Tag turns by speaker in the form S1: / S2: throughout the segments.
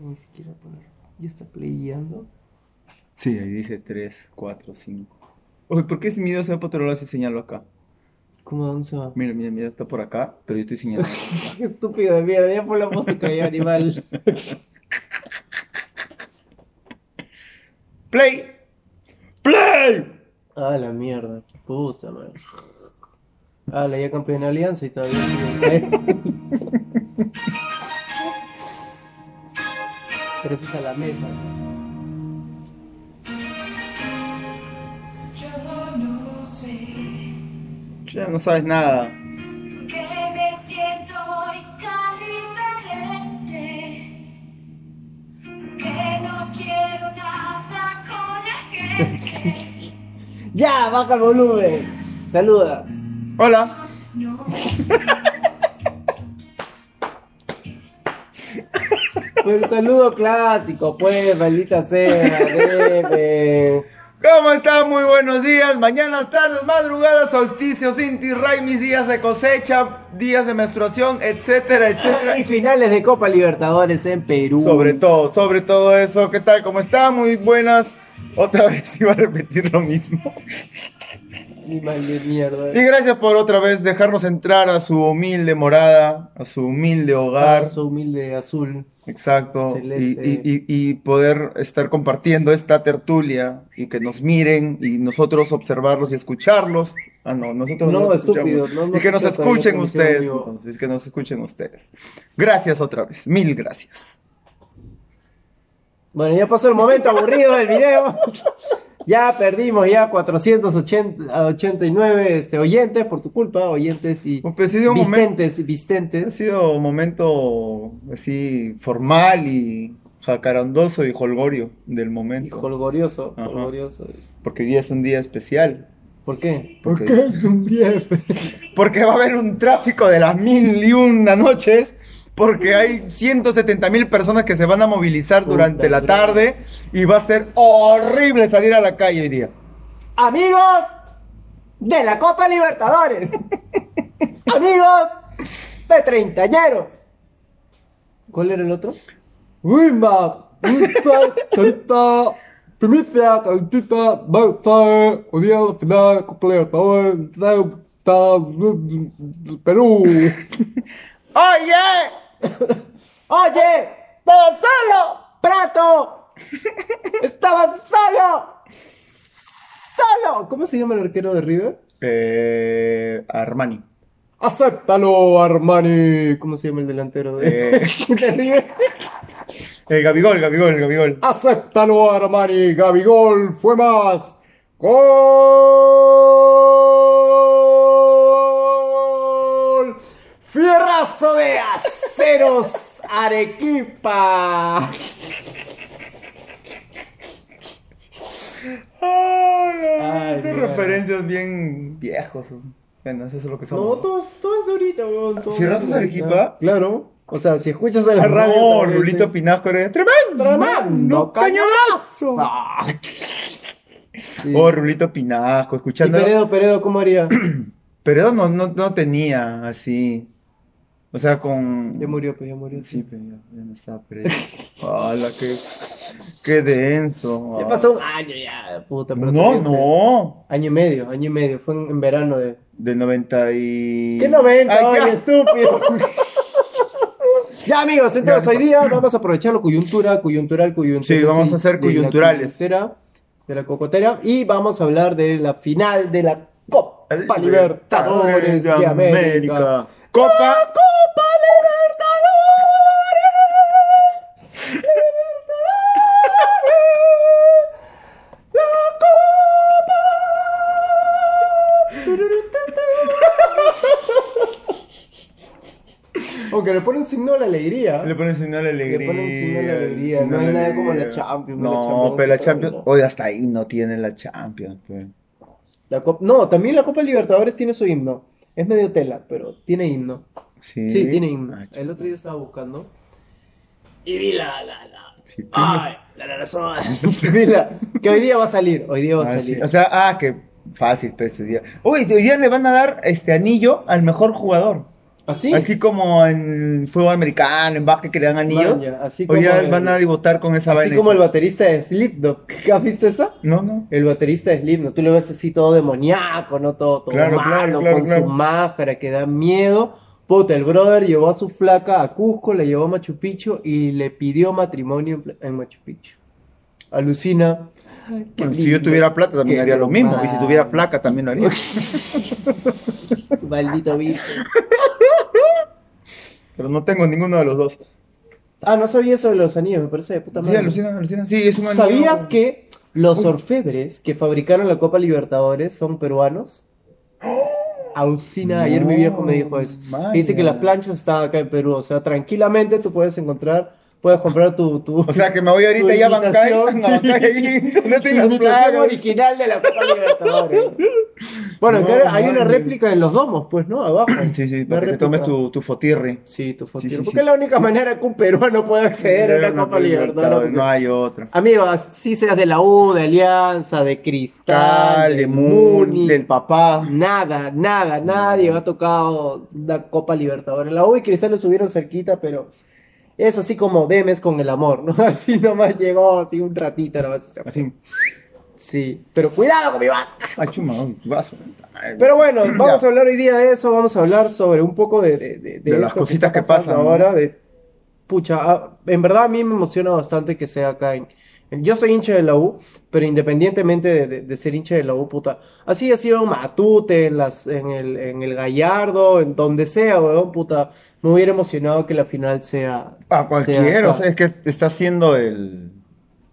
S1: Ni siquiera poner. Ya está playando.
S2: Sí, ahí dice 3, 4, 5. Oye, ¿por qué si mi dedo se va para otro lado si señalo acá?
S1: ¿Cómo dónde se va?
S2: Mira, mira, mira, está por acá, pero yo estoy señalando.
S1: Qué estúpido de mierda. Ya pon la música ya, animal.
S2: ¡Play! ¡Play!
S1: Ah, la mierda. Puta madre. Ah, la ya campeón de Alianza y todavía sigue. Pero eso es a la mesa.
S3: Yo no sé
S2: Ya no sabes nada.
S3: que me siento hoy tan diferente, que no quiero nada con la gente.
S1: ¡Ya! ¡Baja el volumen! ¡Saluda!
S2: Hola.
S3: No,
S1: Pues el saludo clásico, pues, maldita sea, bebé.
S2: ¿Cómo están? Muy buenos días, mañanas, tardes, madrugadas, solsticios, inti, ray, mis días de cosecha, días de menstruación, etcétera, etcétera.
S1: Y finales de Copa Libertadores en Perú.
S2: Sobre todo, sobre todo eso. ¿Qué tal? ¿Cómo está? Muy buenas. Otra vez iba a repetir lo mismo.
S1: Animal de mierda.
S2: Y gracias por otra vez dejarnos entrar a su humilde morada, a su humilde hogar.
S1: Su humilde azul.
S2: Exacto. Y,
S1: Celeste.
S2: y- y- y poder estar compartiendo esta tertulia y que nos miren y nosotros observarlos y escucharlos. Ah, no, nosotros
S1: No,
S2: nos escuchamos.
S1: estúpido, no nos
S2: y que nos
S1: escuchas, todavía
S2: escuchen
S1: no funciona
S2: ustedes.
S1: vivo.
S2: Entonces, que nos escuchen ustedes. Gracias otra vez. Mil gracias.
S1: Bueno, ya pasó el momento aburrido del video. Ya perdimos ya 489 este, oyentes por tu culpa, oyentes y
S2: Pues, ha sido un momento,
S1: vistentes,
S2: ha
S1: vistentes.
S2: sido un momento así formal y jacarandoso y holgorio del
S1: Y
S2: momento.
S1: holgorioso,
S2: Ajá.
S1: holgorioso.
S2: Porque hoy día es un día especial.
S1: ¿Por qué?
S2: ¿Por qué
S1: es un
S2: Porque va a haber un tráfico de las mil y una noches. Porque hay 170 mil personas que se van a movilizar
S1: Puta
S2: durante la
S1: madre.
S2: tarde. Y va a ser horrible salir a la calle hoy día.
S1: Amigos de la Copa Libertadores. Amigos de treintañeros. ¿Cuál era el otro? Uy, ma, gusta, carita, primicia, calentita, balsa, odia, final, Copa Libertadores, está, Perú.
S2: ¡Oye!
S1: Oye, estaba solo, Prato. Estaba solo. Solo. ¿Cómo se llama el arquero de River?
S2: Eh, Armani.
S1: Acéptalo, Armani. ¿Cómo se llama el delantero de,
S2: Eh,
S1: de River?
S2: el Eh, Gabigol, Gabigol, Gabigol.
S1: Acéptalo, Armani. Gabigol fue más. Gol. Fierrazo de aceros, Arequipa. Ay,
S2: Ay,
S1: mira.
S2: referencias bien viejos. Bueno, eso es lo que son.
S1: No, todos, todos de ahorita, weón. todos
S2: ¿Fierrazos
S1: de ahorita.
S2: Arequipa?
S1: Claro. O sea, si escuchas a la
S2: Ah,
S1: radio.
S2: no,
S1: también,
S2: Lulito
S1: sí.
S2: Pinasco era tremendo,
S1: Tremendo
S2: cañonazo.
S1: Sí.
S2: Oh, Rulito Pinasco,
S1: Y
S2: escuchando.
S1: Peredo, Peredo, ¿cómo haría?
S2: Pero no, no, no tenía así. O sea, con.
S1: Ya murió, pues ya murió.
S2: Sí, pero ya, ya no estaba preso. ¡Hala, qué, qué denso!
S1: Ya pasó un año ya, puta, pero
S2: ah. No,
S1: todavía se-
S2: no.
S1: Año y medio, año y medio, fue en, en verano de...
S2: Del 90 y.
S1: ¿Qué 90?
S2: Ay,
S1: oye,
S2: ya.
S1: estúpido! ya amigos, entonces
S2: Ya.
S1: hoy día vamos a aprovechar la coyuntura, coyuntural, coyuntural.
S2: Sí, vamos a hacer coyunturales.
S1: De la cocotera, de la cocotera y vamos a hablar de la final de la Copa Libertadores de América. Ah,
S2: Copa.
S1: Copa Libertadores. Aunque le ponen signo de la alegría.
S2: Le ponen signo de alegría.
S1: Le ponen signo de alegría,
S2: signo
S1: no hay
S2: de
S1: nada como la
S2: alegría.
S1: Champions, la
S2: No,
S1: Champions,
S2: pero la
S1: todo,
S2: Champions.
S1: ¿no?
S2: Oye, hasta ahí no tiene la Champions. pues.
S1: La Cop- No, también la Copa Libertadores tiene su himno. Es medio tela, pero tiene himno.
S2: Sí,
S1: Sí, tiene himno.
S2: Ah,
S1: El otro día estaba buscando. Y vi la, la, la.
S2: sí, tiene.
S1: Ay, la, la, la soda. Vi la- que hoy día va a salir, hoy día va a
S2: Ah, sí.
S1: salir.
S2: O sea, ah, que fácil pues, este día. Uy, hoy día le van a dar este anillo al mejor jugador.
S1: Así.
S2: Así como en fútbol americano, en básquet que le dan anillos.
S1: Maña, así
S2: o ya
S1: como el-
S2: van a votar con esa
S1: Así
S2: vaina.
S1: como el baterista de Slipknot. ¿Has visto eso?
S2: No, no.
S1: El baterista de Slipknot, tú lo ves así todo demoníaco, ¿no? Todo, todo
S2: Claro,
S1: malo,
S2: claro, claro,
S1: con
S2: claro.
S1: su máscara que da miedo. Puta, el brother llevó a su flaca a Cusco, le llevó a Machu Picchu y le pidió matrimonio en pla- en Machu Picchu. Alucina. Qué
S2: Bueno, si
S1: lindo.
S2: yo tuviera plata también
S1: Qué
S2: haría lo mismo. Y si
S1: normal.
S2: tuviera flaca también lo haría.
S1: Maldito virgen.
S2: Pero no tengo ninguno de los dos.
S1: Ah, no sabía sobre los anillos, me parece de puta
S2: Sí,
S1: madre.
S2: alucina, alucina. Sí, es un anillo.
S1: ¿Sabías que los orfebres que fabricaron la Copa Libertadores son peruanos? Ausina, ayer mi
S2: No,
S1: viejo me dijo eso.
S2: vaya.
S1: Dice que las planchas están acá en Perú, o sea, tranquilamente tú puedes encontrar, puedes comprar tu, tu,
S2: O sea que me voy ahorita
S1: Tu
S2: ya a Bancay. A
S1: imitación, sí.
S2: Bancay ahí. ¿Dónde
S1: tu
S2: están las
S1: imitación
S2: placas?
S1: original de la Copa Libertadores. Bueno,
S2: No,
S1: claro, hay una
S2: man.
S1: réplica en los domos, pues, ¿no? Abajo.
S2: Sí, sí,
S1: Una
S2: para que te
S1: réplica.
S2: tomes tu, tu fotirri.
S1: Sí, tu foto.
S2: Sí, sí,
S1: Porque
S2: sí.
S1: es la única manera que un peruano puede acceder a una Copa Libertadores.
S2: No hay otra.
S1: Amigo, así seas de la U, de Alianza, de Cristal,
S2: Tal, de Moon,
S1: Muni,
S2: del papá.
S1: nada, nada, nadie ha tocado la Copa Libertadores. La U y Cristal estuvieron cerquita, pero es así como Demes con el amor, ¿no? Así nomás llegó, así un ratito nomás.
S2: Así.
S1: Sí, pero cuidado con mi vasca.
S2: Ay, chuma, un vaso. Ay,
S1: Pero bueno, vamos
S2: Ya.
S1: a hablar hoy día de eso, vamos a hablar sobre un poco de, de- de- de
S2: De las
S1: esto
S2: cositas
S1: está
S2: que pasan,
S1: pasando
S2: ¿no?
S1: ahora, de pucha, ah, en verdad a mí me emociona bastante que sea acá en, en- yo soy hincha de la U, pero independientemente de, de- de ser hincha de la U, puta, así ha sido en Matute, en las, en el, en el Gallardo, en donde sea, weón, puta, me hubiera emocionado que la final sea
S2: A cualquiera,
S1: acá.
S2: o sea, es que estás siendo el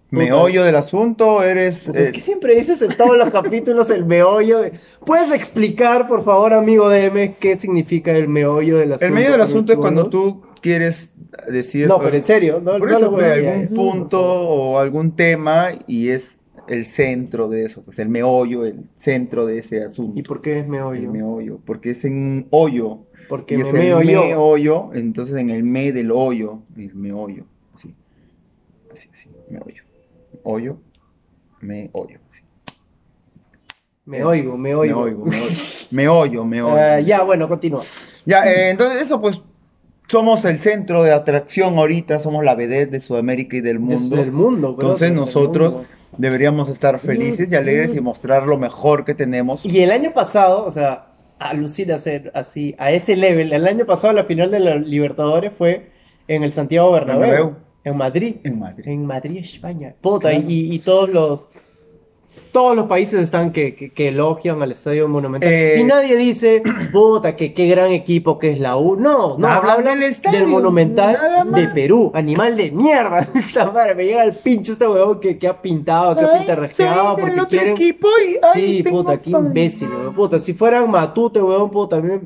S1: Puta.
S2: meollo del asunto, eres.
S1: Puta,
S2: eh,
S1: ¿Qué siempre dices en todos los capítulos el meollo? de- ¿Puedes explicar, por favor, amigo DM, qué significa el meollo del asunto?
S2: el meollo
S1: con
S2: del
S1: los
S2: asunto es cuando
S1: churros?
S2: tú quieres decir.
S1: No, pero en serio, no,
S2: Por
S1: no
S2: eso,
S1: lo eh.
S2: pues,
S1: voy a-
S2: algún punto o algún tema y es el centro de eso, pues el meollo, el centro de ese asunto.
S1: ¿Y por qué es meollo?
S2: El meollo, porque es en un hoyo.
S1: Porque
S2: y
S1: me
S2: es
S1: meo
S2: el
S1: yo.
S2: meollo, entonces en el me del hoyo, el meollo, así. Así, así, meollo. Hoyo, me hoyo.
S1: Me oigo, me oigo.
S2: Me oigo, me oigo. Me oyo, me oyo.
S1: Ah, ya, bueno, continúa.
S2: Ya, eh, entonces eso pues somos el centro de atracción ahorita, somos la vedette de Sudamérica y del mundo.
S1: Del mundo, bro,
S2: Entonces
S1: del
S2: nosotros
S1: mundo.
S2: deberíamos estar felices y alegres y
S1: Mm.
S2: mostrar lo mejor que tenemos.
S1: Y el año pasado, o sea, alucina ser así, a ese level. El año pasado la final de la Libertadores fue en el Santiago Bernabéu,
S2: Bernabéu.
S1: en Madrid.
S2: En Madrid.
S1: En Madrid, España. Puta,
S2: Claro.
S1: y, y todos los todos los países están que, que- que elogian al Estadio Monumental.
S2: Eh.
S1: y nadie dice, puta, que qué gran equipo que es la U. No, no,
S2: Nada,
S1: hablan
S2: del estadio, nada
S1: Monumental
S2: más.
S1: de Perú. Animal de mierda. Puta madre, me llega el pincho este huevón que, que ha pintado, que ha pintarrajeado Ah, porque quieren... Sí, puta, qué imbécil, weón. Puta, si fueran Matute, weón, puta, a mí me-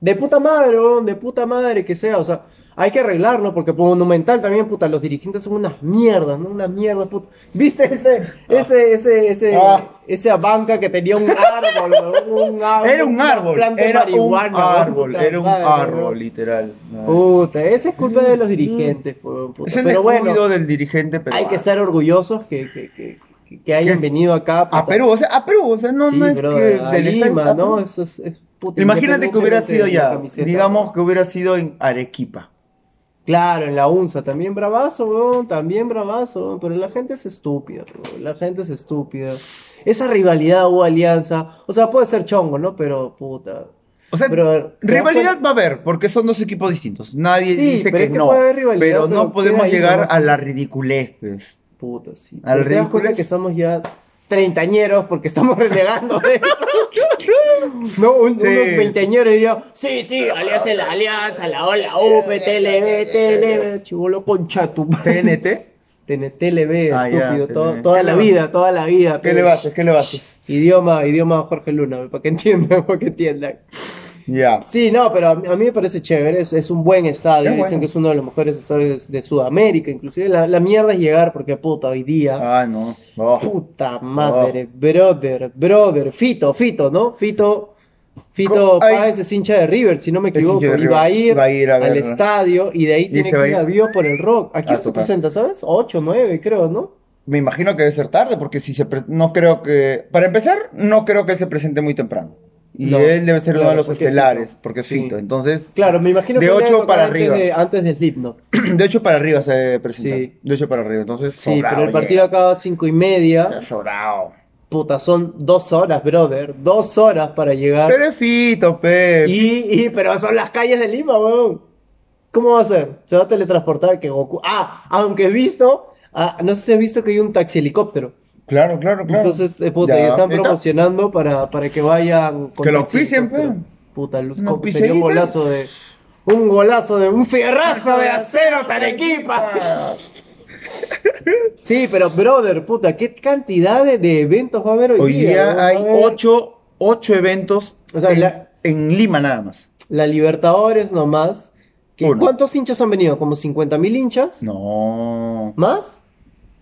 S1: De puta madre, weón, de puta madre que sea, o sea, hay que arreglarlo, porque por Monumental también, puta, los dirigentes son unas mierdas, ¿no? Unas mierdas, puta. ¿Viste ese, ese, ese, ese,
S2: Ah.
S1: esa banca que tenía un árbol, weón, un árbol?
S2: Era un
S1: una
S2: árbol,
S1: planta de
S2: era un
S1: marihuana, weón,
S2: árbol,
S1: puta
S2: era un
S1: madre,
S2: árbol, Mm,
S1: weón.
S2: literal.
S1: Puta, esa es culpa de los dirigentes, weón, puta.
S2: Es el
S1: Uh, Pero bueno,
S2: descuido del dirigente
S1: hay
S2: peruano.
S1: que estar orgullosos que, que, que, que- que hayan
S2: Que-
S1: venido acá,
S2: A
S1: puta.
S2: Perú, o sea, a Perú, o sea, no,
S1: Sí,
S2: no es
S1: bro,
S2: que
S1: a
S2: del
S1: Lima,
S2: estado está-
S1: ¿no? Es- es- es puta,
S2: Imagínate que hubiera sido
S1: independientemente de la
S2: ya,
S1: camiseta.
S2: digamos que hubiera sido en Arequipa.
S1: Claro, en la UNSA, también bravazo, weón, también bravazo, weón, pero la gente es estúpida, bro, la gente es estúpida. Esa rivalidad o alianza, o sea, puede ser chongo, ¿no? Pero, puta.
S2: O sea,
S1: Pero, ¿te das
S2: rivalidad
S1: cuenta?
S2: va a haber, porque son dos equipos distintos. Nadie
S1: Sí,
S2: dice
S1: pero
S2: que
S1: es que
S2: no,
S1: puede haber rivalidad,
S2: pero
S1: pero
S2: no podemos
S1: queda ahí
S2: llegar
S1: nomás.
S2: a la ridiculez, pues.
S1: Puta, sí.
S2: Al
S1: Pero te das cuenta
S2: ridículo
S1: que
S2: es-
S1: somos ya treintañeros porque estamos renegando de eso. no, un-
S2: Sí.
S1: unos veinteañeros dirían, sí, sí, alianza, la alianza, la ola, UP, TLB, TLB, chivolo concha tu madre.
S2: TNT,
S1: TNT, TLB,
S2: Ah, ya,
S1: estúpido, to-
S2: TLB.
S1: toda
S2: ¿Qué
S1: la
S2: le va-
S1: vida, toda la vida.
S2: ¿qué
S1: pe.
S2: le bates? ¿Qué le bates?
S1: Idioma, idioma Jorge Luna, para que entiendan, para que entiendan.
S2: Ya.
S1: Sí, no, pero a mí, a mí me parece chévere, es, es un buen estadio,
S2: Qué
S1: dicen
S2: bueno.
S1: que es uno de los mejores estadios de, de Sudamérica, inclusive la, la mierda es llegar porque puta, hoy día,
S2: Ah, no. Oh.
S1: puta madre, brother, brother, Fito, Fito, ¿no? Fito, Fito
S2: Co- ay.
S1: Páez es hincha de River, si no me
S2: Es hincha de
S1: equivoco, y
S2: River,
S1: va a ir,
S2: va a ir a
S1: al
S2: verla.
S1: estadio y de ahí tiene
S2: se
S1: que
S2: va a
S1: ir
S2: ir. Ah,
S1: a Vivo por el Rock. ¿A qué
S2: A
S1: hora se
S2: tocar.
S1: presenta, sabes? 8, 9 creo, ¿no?
S2: Me imagino que debe ser tarde, porque si se pre- no creo que. Para empezar, no creo que se presente muy temprano. Y
S1: No,
S2: él debe ser uno de
S1: claro,
S2: los
S1: porque es
S2: estelares,
S1: Fito.
S2: porque es
S1: Sí.
S2: Fito. Entonces,
S1: Claro, me imagino
S2: De
S1: que
S2: ocho
S1: era
S2: para
S1: antes
S2: arriba. Oh,
S1: de, antes de Slipknot.
S2: de 8 para arriba se debe presentar.
S1: Sí.
S2: De 8 para arriba. Entonces,
S1: Sí,
S2: sobrado,
S1: pero el partido acaba a cinco y media.
S2: llega. Sobrado.
S1: Puta, son dos horas, brother. Dos horas para llegar.
S2: Pero es Fito, pe.
S1: Y, y- pero son las calles de Lima, weón. ¿Cómo va a ser? Se va a teletransportar que Goku. Ah, aunque he visto, ah, no sé si has visto que hay un taxi helicóptero.
S2: Claro, claro, claro.
S1: Entonces, eh, puta,
S2: Ya,
S1: y están
S2: ahí está.
S1: promocionando para, para que vayan con
S2: Que lo pues.
S1: taxi
S2: auspicien,
S1: helicóptero.
S2: pe.
S1: Puta, el-
S2: Una
S1: como- sería un
S2: pizzería.
S1: golazo de. Un golazo de. Un fierrazo de acero Arequipa. Sí, pero brother, puta, ¿qué cantidad de, de eventos va a haber hoy, weón?
S2: Hoy
S1: Va
S2: día
S1: a
S2: hay
S1: haber
S2: 8, eventos
S1: O sea,
S2: en,
S1: la-
S2: en Lima nada más.
S1: La Libertadores nomás. que-
S2: Uno.
S1: ¿Cuántos hinchas han venido? ¿Como 50 mil hinchas?
S2: No.
S1: ¿Más?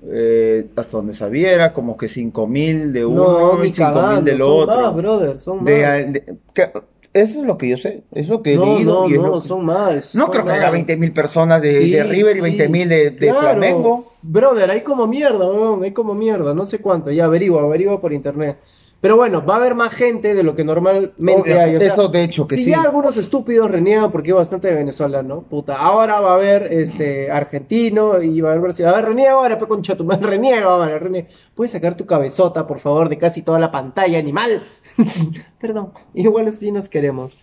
S2: Eh, hasta donde sabía, era como que 5.000 de
S1: No,
S2: uno
S1: ni
S2: y 5.000
S1: cagando,
S2: del
S1: son
S2: otro.
S1: más, brother, son
S2: De-
S1: más.
S2: de- que- eso es lo que yo sé, es lo que he
S1: No,
S2: leído
S1: no,
S2: y es lo
S1: no,
S2: que-
S1: son más.
S2: No
S1: son
S2: creo que
S1: más.
S2: haga 20.000 personas de,
S1: Sí,
S2: de River y
S1: sí.
S2: 20.000 de, de
S1: Claro.
S2: Flamengo.
S1: Brother, hay como mierda, weón, hay como mierda, no sé cuánto, ya averigua, averigua por internet. Pero bueno, va a haber más gente de lo que normalmente
S2: Obvio,
S1: hay. o sea,
S2: eso de hecho que
S1: si
S2: sí.
S1: ya algunos estúpidos reniegan porque hay bastante venezolano, Puta, ahora va a haber este argentino y va a haber brasileño. A ver, reniega ahora, pe concha tu madre, reniega ahora, reniega. Puedes sacar tu cabezota, por favor, de casi toda la pantalla, animal. Perdón, igual así nos queremos.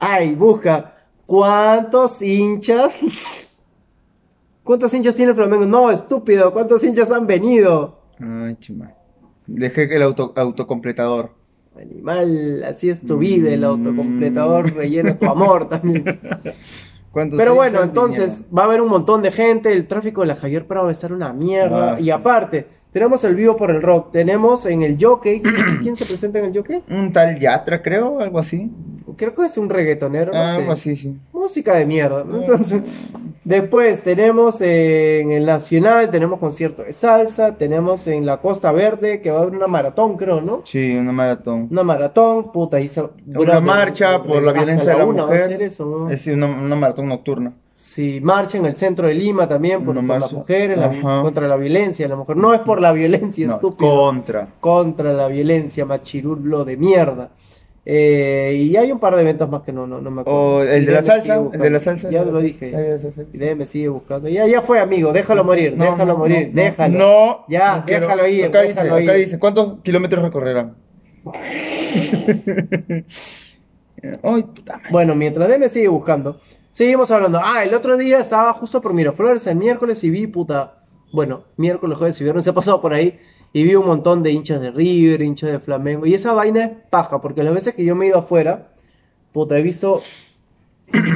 S1: Ay, busca. ¿Cuántos hinchas? ¿Cuántos hinchas tiene el Flamengo? No, estúpido, ¿cuántos hinchas han venido?
S2: Ay, chima. Dejé que el auto- autocompletador.
S1: Animal, así es tu vida, el autocompletador rellena tu amor también.
S2: ¿Cuántos
S1: Pero bueno,
S2: hinchas
S1: entonces
S2: vinieron?
S1: va a haber un montón de gente, el tráfico de la Javier Prado va a estar una mierda.
S2: Ah,
S1: y
S2: sí.
S1: aparte, tenemos el vivo por el rock, tenemos en el jockey, ¿quién se presenta en el jockey?
S2: Un tal Yatra, creo, algo así.
S1: Creo que es un reggaetonero, no
S2: Ah,
S1: sé.
S2: algo así, Ah. sí.
S1: Música de mierda. Entonces, después tenemos en el Nacional, tenemos concierto de salsa, tenemos en la Costa Verde, que va a haber una maratón, creo, ¿no?
S2: Sí, una maratón.
S1: Una maratón, puta, ahí se...
S2: Una marcha por la violencia de la
S1: mujer.
S2: mujer. Es una, una maratón nocturna.
S1: Sí, marcha en el centro de Lima también por,
S2: Una
S1: por la
S2: marcha.
S1: mujer, en la vi-
S2: Ajá.
S1: contra la violencia de la mujer. No es por la violencia,
S2: No,
S1: estúpido.
S2: contra.
S1: Contra la violencia, machirulo de mierda. Eh, y hay un par de eventos más que no, no, no me acuerdo.
S2: O Oh, el de la
S1: DM sigue
S2: salsa, el de la
S1: buscando.
S2: salsa.
S1: Ya
S2: el
S1: lo
S2: de la
S1: dije.
S2: salsa. El de la salsa.
S1: Y de me sigue buscando. Ya, ya fue, amigo. Déjalo morir,
S2: No,
S1: déjalo
S2: no,
S1: morir,
S2: no,
S1: déjalo.
S2: No,
S1: Ya,
S2: no quiero.
S1: déjalo ir,
S2: Acá dice,
S1: déjalo ir.
S2: acá dice, ¿cuántos kilómetros recorrerán? Ay, puta madre.
S1: Bueno, mientras Deme sigue buscando, seguimos hablando. Ah, el otro día estaba justo por Miraflores el miércoles y vi, puta, bueno, miércoles, jueves y viernes he pasado por ahí y vi un montón de hinchas de River, hinchas de Flamengo. Y esa vaina es paja, porque las veces que yo me he ido afuera, puta, he visto.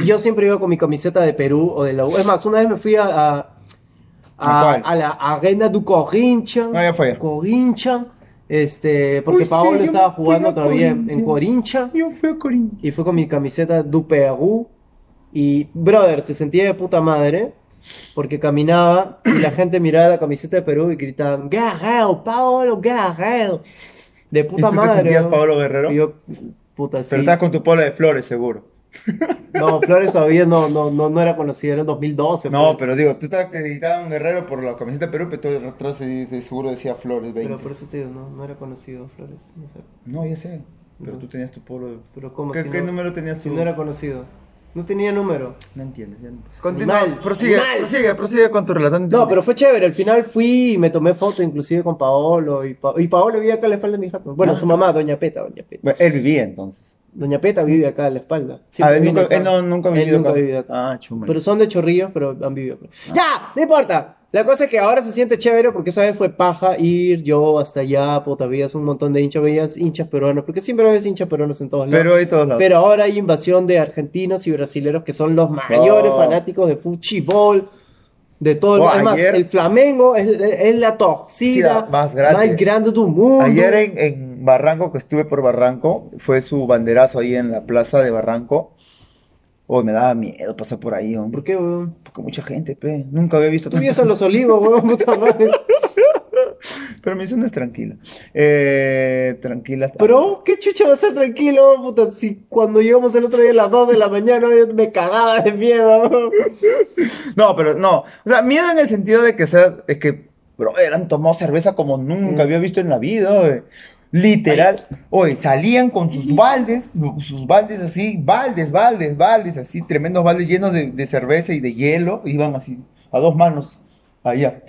S1: Yo siempre iba con mi camiseta de Perú o de la U. Es más, una vez me fui a. a a-
S2: ¿A cuál?
S1: a la agenda du Corinthians,
S2: Ah, ya fue.
S1: Corinthians, este, porque
S2: Uy, sí,
S1: Paolo
S2: yo me
S1: estaba
S2: fui a
S1: jugando todavía en- en
S2: Corinthians.
S1: Corinthians
S2: Yo fui a Corinthians.
S1: y fue con mi camiseta du Perú y brother se sentía de puta madre porque caminaba y la gente miraba la camiseta de Perú y gritaban Guerrero, Paolo Guerrero de
S2: ¿Y
S1: puta
S2: tú te
S1: madre
S2: sentías
S1: ¿no?
S2: Pablo Guerrero?
S1: Y yo puta sí
S2: Pero estabas con tu polo de flores, seguro.
S1: no Flores todavía no no no, no era conocido era en 2012
S2: No,
S1: Flores.
S2: pero digo, tú estabas acreditado a un guerrero por la camiseta de Perú, pero tú atrás de- de seguro decía Flores
S1: Pero
S2: 20.
S1: por eso te digo no no era conocido Flores no sé.
S2: No, ya sé. Pero tú tenías tu polo de...
S1: pero cómo
S2: ¿Qué,
S1: si
S2: qué
S1: no,
S2: número tenías
S1: si
S2: tú?
S1: no era conocido no tenía número
S2: No entiendes, ya no pasa.
S1: Continúa, Animal, prosigue, animal.
S2: prosigue, prosigue con tu relato.
S1: No, pero fue chévere. Al final fui y me tomé foto inclusive con Paolo. Y, Pa- y Paolo vive acá a la espalda de mi hija.
S2: Ah.
S1: Bueno, su mamá, Doña Peta, Doña Peta.
S2: él vivía entonces.
S1: Doña Peta vive acá a la espalda.
S2: ah,
S1: Siempre
S2: él
S1: viene
S2: nunca,
S1: acá.
S2: él no, nunca ha
S1: Él
S2: vivido
S1: nunca
S2: acá.
S1: ha vivido acá.
S2: Ah, chuma.
S1: Pero son de chorrillos, pero han vivido. acá. ¡Ya! No importa. La cosa es que ahora se siente chévere porque esa vez fue paja ir yo hasta allá, puta, veías un montón de hinchas, veías hinchas peruanos, porque siempre ves hinchas peruanos en todos lados.
S2: Pero hay todos lados.
S1: Pero ahora hay invasión de argentinos y brasileros que son los mayores
S2: Oh.
S1: fanáticos de fútbol, de todo el
S2: Oh,
S1: mundo. Es más,
S2: ayer-
S1: el Flamengo es, es la toxina
S2: Sí, la más grande.
S1: del mundo.
S2: Ayer en, en Barranco, que estuve por Barranco, fue su banderazo ahí en la plaza de Barranco. Oh, me daba miedo pasar por ahí, hombre.
S1: ¿Por qué, weón?
S2: Porque mucha gente, pe. Nunca había visto
S1: Tú
S2: tanta-
S1: vives en Los Olivos, weón, puta madre.
S2: Pero mi zona es tranquila. Eh, tranquila. hasta-
S1: Pero, ¿qué chucha va a ser tranquilo, puta? Si cuando llegamos el otro día a las 2 de la mañana, yo me cagaba de miedo. weón.
S2: No, pero no. O sea, miedo en el
S1: Mm.
S2: sentido de que sea, es que, bro, eran tomado cerveza como nunca había visto en la vida. eh. Literal. Oye, salían con sus baldes, sus baldes así, baldes, baldes, baldes, así, tremendos baldes llenos de, de cerveza y de hielo. Iban así, a dos manos, allá.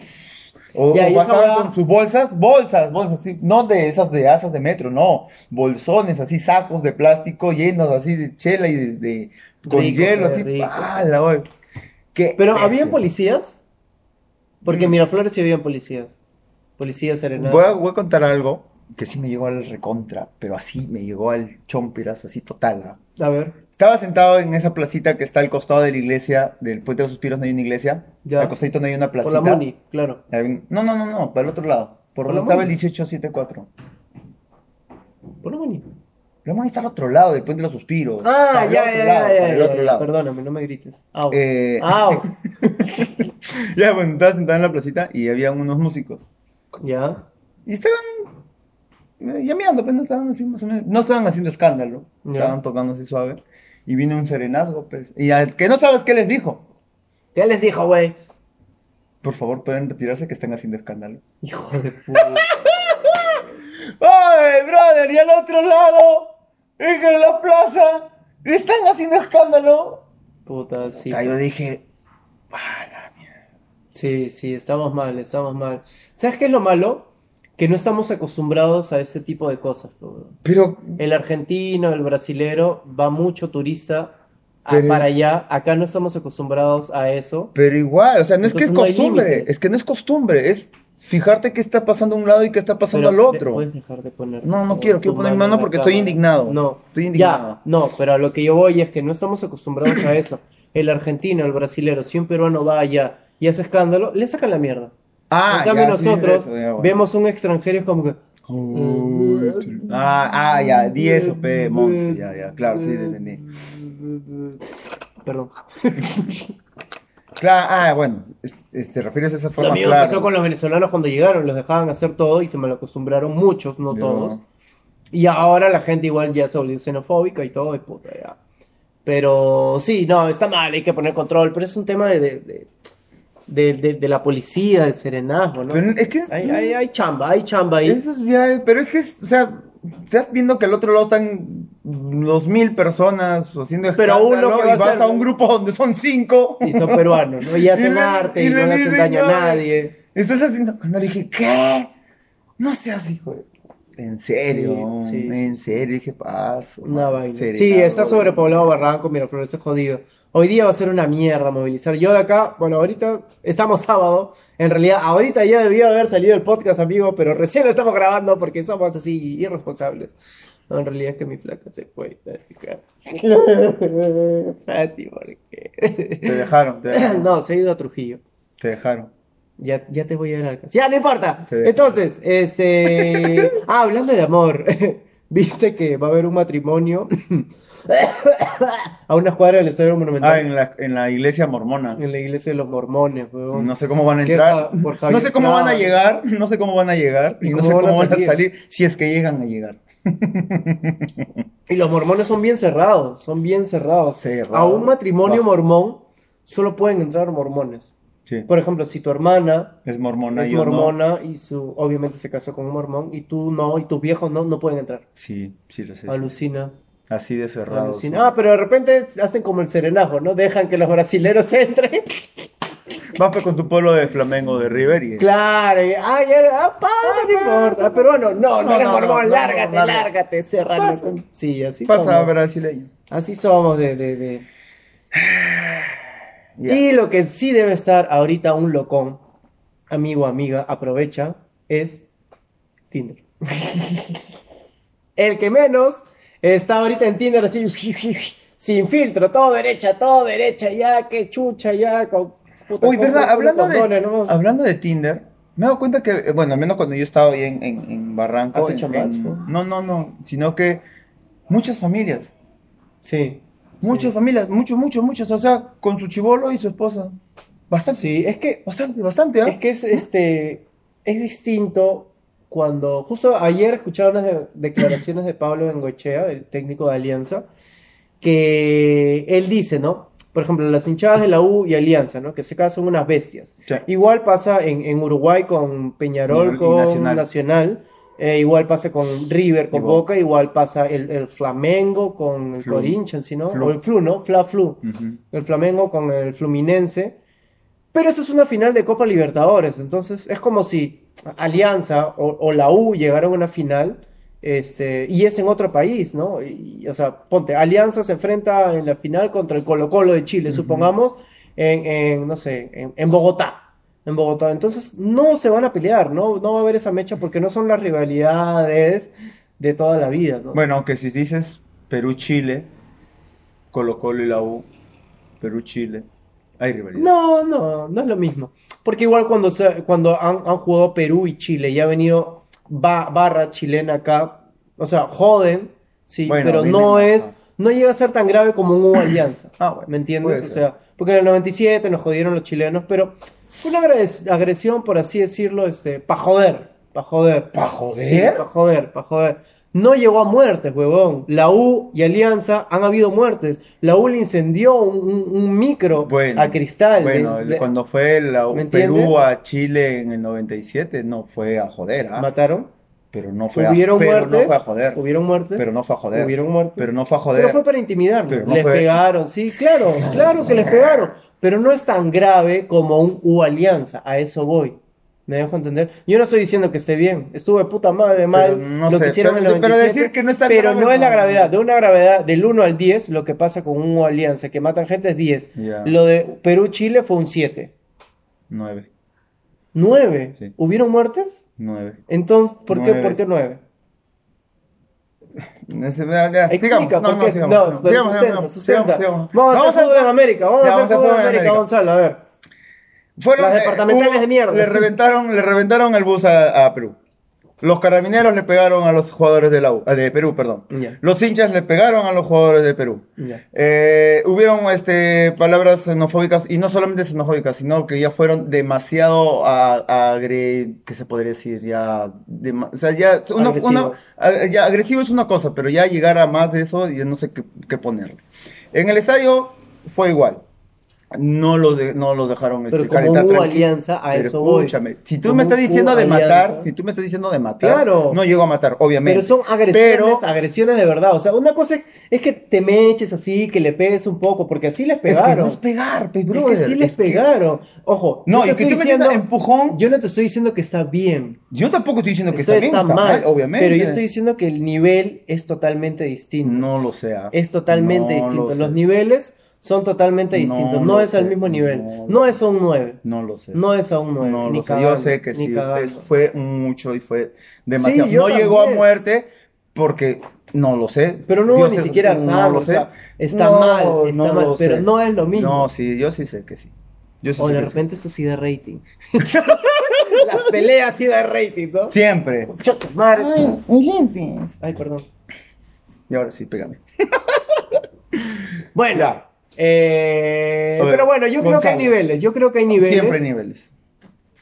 S2: O,
S1: Ya,
S2: o
S1: y esa
S2: pasaban
S1: hueá-
S2: con sus bolsas, bolsas, bolsas, así, no de esas de asas de metro, no, bolsones así, sacos de plástico llenos así de chela y de, de- con
S1: Rico,
S2: hielo,
S1: qué
S2: así,
S1: rico.
S2: ¡pala, oye! Qué
S1: Pero
S2: bestia.
S1: ¿habían policías? Porque en
S2: Mm.
S1: Miraflores sí habían policías. Policías serenados.
S2: Voy a, voy a contar algo que sí me llegó al recontra, pero así me llegó al chompiras, así total. ¿ah?
S1: A ver.
S2: Estaba sentado en esa placita que está al costado de la iglesia, del Puente de los Suspiros no hay una iglesia,
S1: Ya.
S2: al costadito no hay una
S1: Por la
S2: placita.
S1: Muni, claro.
S2: Hay un- No, no, no, no, para el otro lado,
S1: Por
S2: por
S1: la
S2: donde estaba el
S1: Muni.
S2: 1874.
S1: Por la Muni.
S2: Lo vamos a estar al otro lado del Puente de los Suspiros.
S1: Ah,
S2: para el
S1: ya,
S2: otro
S1: ya,
S2: lado,
S1: ya, ya,
S2: para el
S1: ya,
S2: otro
S1: ya, Ah.
S2: lado.
S1: Perdóname, no me grites. Au.
S2: Eh,
S1: Au.
S2: ya, bueno, estaba sentado en la placita y había unos músicos.
S1: Ya,
S2: Y estaban eh, llameando, pero no estaban así más o menos- no estaban haciendo escándalo,
S1: Ya.
S2: estaban tocando así suave. Y vino un serenazgo, pues. Y al que no sabes qué les dijo,
S1: ¿Qué les dijo, güey?
S2: por favor pueden retirarse que están haciendo escándalo.
S1: Hijo de puta.
S2: ¡Ay, brother! Y al otro lado, en que la plaza, están haciendo escándalo.
S1: Puta, sí.
S2: Ah, Yo dije, "Ah, la mierda".
S1: Sí, sí, estamos mal, estamos mal. ¿Sabes qué es lo malo? Que no estamos acostumbrados a este tipo de cosas. po, weón.
S2: pero
S1: El argentino, el brasilero, va mucho turista a-
S2: Pero-
S1: para allá. Acá no estamos acostumbrados a eso.
S2: Pero igual, o sea, no es que es
S1: Entonces no hay
S2: costumbre,
S1: límites.
S2: es que no es costumbre, es fijarte qué está pasando a un lado y qué está
S1: Pero
S2: pasando al
S1: de- pues,
S2: otro.
S1: puedes dejar de poner, por
S2: No, no
S1: favor,
S2: quiero,
S1: tu
S2: quiero poner mi
S1: mano en
S2: mano
S1: la
S2: porque estoy
S1: cámara.
S2: indignado.
S1: No,
S2: Estoy indignado.
S1: ya, no, pero a lo que yo voy es que no estamos acostumbrados a eso. El argentino, el brasilero, si un peruano va allá y hace escándalo, le sacan la mierda.
S2: Ah,
S1: En cambio
S2: ya, sí,
S1: pues, nosotros
S2: eso, ya, bueno.
S1: vemos un extranjero y es como que...
S2: Ah, ah, ya, di eso, pe,
S1: eh,
S2: Monsi, ya, ya, claro, sí, te entendí.
S1: Perdón.
S2: Claro, ah, bueno, es- es- te refieres a esa
S1: Lo
S2: forma,
S1: mismo
S2: claro.
S1: pasó con los venezolanos cuando llegaron, los dejaban hacer todo y se malacostumbraron muchos, no
S2: Ya.
S1: todos. Y ahora la gente igual ya se volvió xenofóbica y todo, y puta, ya. Pero sí, no, está mal, hay que poner control, pero es un tema de, de, de, de- de- de la policía, del serenazgo, ¿no?
S2: Pero es que es-
S1: Hay, hay, hay chamba, hay chamba ahí.
S2: Eso es ya, pero es que, es, o sea, estás viendo que al otro lado están dos mil personas haciendo
S1: Pero
S2: escándalo
S1: uno que va
S2: y
S1: a
S2: vas
S1: hacer-
S2: a un grupo donde son cinco.
S1: Y son peruanos, ¿no? Y hacen
S2: le-
S1: arte y,
S2: y
S1: no
S2: le
S1: le hacen
S2: dicen,
S1: daño a
S2: "Ay".
S1: nadie.
S2: Estás haciendo cuando le dije, ¿qué? No seas hijo de... En serio,
S1: Sí, sí,
S2: en serio, dije, paso.
S1: Una
S2: man,
S1: vaina.
S2: serenado,
S1: Sí, está
S2: güey.
S1: sobrepoblado Barranco, Miraflores es jodido. Hoy día va a ser una mierda movilizar. Yo de acá, bueno, ahorita estamos sábado. En realidad, ahorita ya debió haber salido el podcast, amigo, pero recién lo estamos grabando porque somos así irresponsables. No, en realidad es que mi flaca se fue. Pati, ¿por qué?
S2: Te dejaron, te dejaron.
S1: No, se ha ido a Trujillo.
S2: Te dejaron.
S1: Ya, ya te voy a dar alcance. Ya, no importa.
S2: Te dejo.
S1: Entonces, este. Ah, hablando de amor. Viste que va a haber un matrimonio a una cuadra del Estadio Monumental.
S2: Ah, en la, en la iglesia mormona.
S1: En la iglesia de los mormones, weón.
S2: No sé cómo van a
S1: Qué
S2: entrar.
S1: ja- por
S2: no
S1: Javier
S2: sé cómo van a
S1: Prado.
S2: llegar. No sé cómo van a llegar. Y,
S1: ¿Y
S2: no
S1: cómo
S2: sé
S1: van a
S2: cómo van a
S1: salir?
S2: salir. Si es que llegan a llegar.
S1: Y los mormones son bien cerrados, son bien cerrados.
S2: Cerrado.
S1: A un matrimonio
S2: Bajo.
S1: mormón solo pueden entrar mormones.
S2: Sí.
S1: Por ejemplo, si tu hermana
S2: Es mormona.
S1: Pues, es
S2: yo no.
S1: mormona y su obviamente se casó con un mormón y tú no y tus viejos no, no pueden entrar.
S2: Sí, sí, lo sé. sí.
S1: Alucina.
S2: Así de cerrado.
S1: Alucina.
S2: sí.
S1: Ah, pero de repente hacen como el serenajo, ¿no? Dejan que los brasileros entren.
S2: Vas pues, con tu pueblo de Flamengo, de River. Y...
S1: Claro, y, ay, ya, ah, pasa, no importa. Ah, pero bueno, no, no,
S2: No,
S1: eres
S2: no,
S1: mormón,
S2: no, no,
S1: lárgate,
S2: no, no.
S1: lárgate, serrano.
S2: Pasa.
S1: Sí, así
S2: Pasa
S1: somos.
S2: brasileño.
S1: Así somos de, de, de.
S2: Ya.
S1: Y lo que sí debe estar ahorita un locón, amigo, amiga, aprovecha, es Tinder. El que menos está ahorita en Tinder así, sin filtro, todo derecha, todo derecha, ya, que chucha, ya, con puta,
S2: Uy,
S1: con-
S2: ¿verdad?
S1: pues, con- con
S2: Hablando de, Ah,
S1: condones, ¿no?
S2: hablando de Tinder, me he dado cuenta que, eh, bueno, al menos cuando yo estaba ahí en, en, en Barranco.
S1: ¿Has
S2: en-
S1: hecho
S2: en-
S1: match, no?
S2: no, no, no, sino que muchas familias,
S1: Sí.
S2: muchas familias, muchos, muchos, muchos, o sea, con su chivolo y su esposa. Bastante,
S1: Sí, es que
S2: bastante, bastante, ¿ah?
S1: Es que es este es distinto cuando justo ayer escuchaba unas de- declaraciones de Pablo Bengoechea, el técnico de Alianza, que él dice, ¿no? Por ejemplo, las hinchadas de la U y Alianza, ¿no? Que se casan son unas bestias.
S2: Sí.
S1: Igual pasa en, en Uruguay con Peñarol,
S2: Y
S1: con
S2: Nacional.
S1: Nacional. Eh, igual pasa con River, con
S2: Igual.
S1: Boca, igual pasa el, el Flamengo con el
S2: Flu.
S1: Corinthians, ¿sí, ¿no?
S2: Flu.
S1: O el Flu, ¿no? Fla Flu.
S2: Ujú.
S1: El Flamengo con el Fluminense. Pero esta es una final de Copa Libertadores, entonces es como si Alianza o, o la U llegaran a una final este, y es en otro país, ¿no? Y, o sea, ponte, Alianza se enfrenta en la final contra el Colo-Colo de Chile, supongamos, en, en, no sé, en, en Bogotá. En Bogotá. Entonces no se van a pelear, ¿no? No va a haber esa mecha porque no son las rivalidades de toda la vida, ¿no?
S2: Bueno, aunque si dices Perú-Chile, Colo-Colo y la U, Perú-Chile, hay rivalidad.
S1: No, no, no es lo mismo. Porque igual cuando, se- cuando han, han jugado Perú y Chile y ha venido ba- barra chilena acá, o sea, joden, sí,
S2: Bueno,
S1: pero
S2: vienen-
S1: no es,
S2: ah.
S1: no llega a ser tan grave como un U Alianza.
S2: Ah, bueno,
S1: ¿Me entiendes?
S2: puede
S1: O
S2: ser.
S1: sea, porque en el 97 nos jodieron los chilenos, pero fue una agres- agresión, por así decirlo, este, pa' joder, pa' joder.
S2: ¿Pa'
S1: Sí,
S2: joder?
S1: pa' joder, pa' joder. No llegó a muertes, huevón. La U y Alianza han habido muertes. La U le incendió un, un- un micro
S2: Bueno,
S1: a Cristal.
S2: Bueno,
S1: Le- le-
S2: cuando fue la
S1: ¿Me entiendes?
S2: Perú a Chile en el 97, no fue a joder, ¿ah?
S1: mataron.
S2: Pero no fue a,
S1: hubieron
S2: pero no
S1: muertes.
S2: fue a joder.
S1: Hubieron muertes.
S2: Pero no fue a joder.
S1: Hubieron muertes.
S2: Pero no fue a
S1: Pero
S2: joder.
S1: fue para intimidarlos.
S2: Pero no
S1: les
S2: fue-
S1: pegaron, sí, claro, claro que les pegaron. Pero no es tan grave como un U Alianza. A eso voy. ¿Me dejo entender? Yo no estoy diciendo que esté bien. Estuvo de puta madre mal
S2: Pero no
S1: lo
S2: sé,
S1: que hicieron
S2: pero-
S1: en el
S2: pero
S1: 97,
S2: decir que no es tan
S1: pero
S2: grave,
S1: no es la
S2: no.
S1: gravedad. De una gravedad del 1 al 10, lo que pasa con un U Alianza, que matan gente es 10.
S2: Ya.
S1: Lo de Perú-Chile fue un 7.
S2: 9,
S1: 9.
S2: Sí.
S1: ¿Hubieron muertes?
S2: 9.
S1: Entonces, ¿por qué,
S2: Nueve.
S1: ¿por qué 9?
S2: Explica, Eh,
S1: Explica,
S2: no,
S1: ¿por
S2: no,
S1: qué?
S2: sigamos,
S1: No,
S2: sigamos,
S1: pero
S2: sigamos,
S1: sustenta,
S2: sigamos,
S1: sustenta.
S2: sigamos.
S1: Vamos a hacer fútbol en América, vamos
S2: Ya,
S1: a hacer fútbol en América, Gonzalo, a ver.
S2: Fueron,
S1: Las
S2: eh,
S1: departamentales
S2: hubo-
S1: de mierda.
S2: Le reventaron, le reventaron el bus a, a Perú. Los carabineros le pegaron a los jugadores de, la U- eh, de Perú, perdón.
S1: Ya.
S2: Los hinchas le pegaron a los jugadores de Perú.
S1: Ya.
S2: Eh, hubieron este, palabras xenofóbicas, y no solamente xenofóbicas, sino que ya fueron demasiado a- agre... ¿qué se podría decir? Ya, dema- o sea, ya, una- una-
S1: Agresivos.
S2: a- ya, agresivo es una cosa, pero ya llegar a más de eso, ya no sé qué, qué ponerle. En el estadio fue igual. No los, de- no los dejaron este,
S1: Pero como
S2: calentar
S1: hubo
S2: tranqui-
S1: alianza, a
S2: Pero
S1: eso voy.
S2: escúchame, si tú
S1: Como
S2: me estás
S1: hubo
S2: diciendo de matar,
S1: alianza.
S2: si tú me estás diciendo de matar,
S1: Claro.
S2: no llego a matar, obviamente.
S1: Pero son agresiones,
S2: Pero-
S1: agresiones de verdad. O sea, una cosa es, es que te meches así, que le pegues un poco, porque así les
S2: Es que no
S1: pegaron.
S2: es pegar, pe,
S1: Es que
S2: brother,
S1: sí
S2: es
S1: les
S2: que-
S1: pegaron. Ojo,
S2: No,
S1: yo
S2: y
S1: te
S2: que
S1: estoy
S2: tú me diciendo
S1: diciendo,
S2: empujón. Yo,
S1: yo no te estoy diciendo que está bien.
S2: tampoco estoy diciendo que
S1: Esto
S2: está bien, está mal, obviamente.
S1: Pero yo estoy diciendo que el nivel es totalmente distinto.
S2: No lo sea.
S1: es totalmente
S2: No
S1: distinto.
S2: lo sé.
S1: Los niveles son totalmente
S2: No
S1: distintos. No,
S2: lo
S1: es al
S2: sé,
S1: mismo nivel.
S2: no
S1: No,
S2: lo
S1: es a un 9.
S2: No lo sé.
S1: No es a un 9.
S2: No
S1: ni
S2: lo sé.
S1: cagando,
S2: Yo sé que
S1: ni
S2: sí.
S1: cagando.
S2: es- fue mucho y fue demasiado.
S1: Sí, yo
S2: no llegó a
S1: también.
S2: muerte porque no lo sé.
S1: Pero no hubo
S2: Dios
S1: ni
S2: es-
S1: siquiera sano. o sea, está
S2: No,
S1: mal, está
S2: no
S1: mal,
S2: lo
S1: pero
S2: sé.
S1: no es lo mismo.
S2: No, sí, yo sí sé que sí. Yo sí
S1: o
S2: sé
S1: de
S2: que sí.
S1: repente esto sí da rating. Las peleas sí da rating, ¿no?
S2: Siempre.
S1: Chuta madre. Ay,
S2: muy limpias.
S1: perdón.
S2: Y ahora sí, pégame.
S1: Bueno.
S2: Ya.
S1: eh,
S2: A ver,
S1: pero bueno, yo creo que hay
S2: Gonzalo.
S1: niveles. Yo creo que hay niveles.
S2: Siempre hay niveles.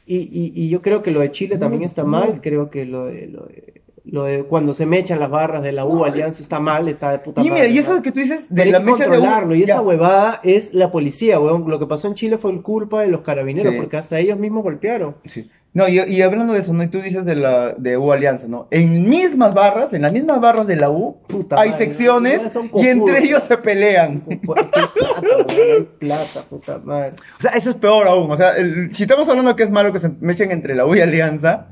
S1: Y, y, y yo creo que lo de Chile también está mal, creo que lo de, lo de, lo de cuando se mechan las barras de la U Alianza está mal, está de puta
S2: Y mira,
S1: madre,
S2: y eso
S1: ¿no?
S2: que tú dices
S1: Pero
S2: de
S1: hay
S2: la
S1: que
S2: mecha de uno-
S1: controlarlo, y
S2: ya.
S1: esa huevada es la policía, huevón. Lo que pasó en Chile fue el culpa de los carabineros,
S2: Sí.
S1: porque hasta ellos mismos golpearon.
S2: Sí. No, y, y hablando de eso, ¿no? Y tú dices de la de U Alianza, ¿no? En mismas barras, en las mismas barras de la U,
S1: Puta
S2: hay
S1: madre,
S2: secciones
S1: son
S2: y
S1: cojudos.
S2: entre ellos se pelean.
S1: Hay plata, huevón, hay plata, puta madre.
S2: O sea, eso es peor aún. O sea, el- si estamos hablando que es malo que se mechen entre la U y Alianza,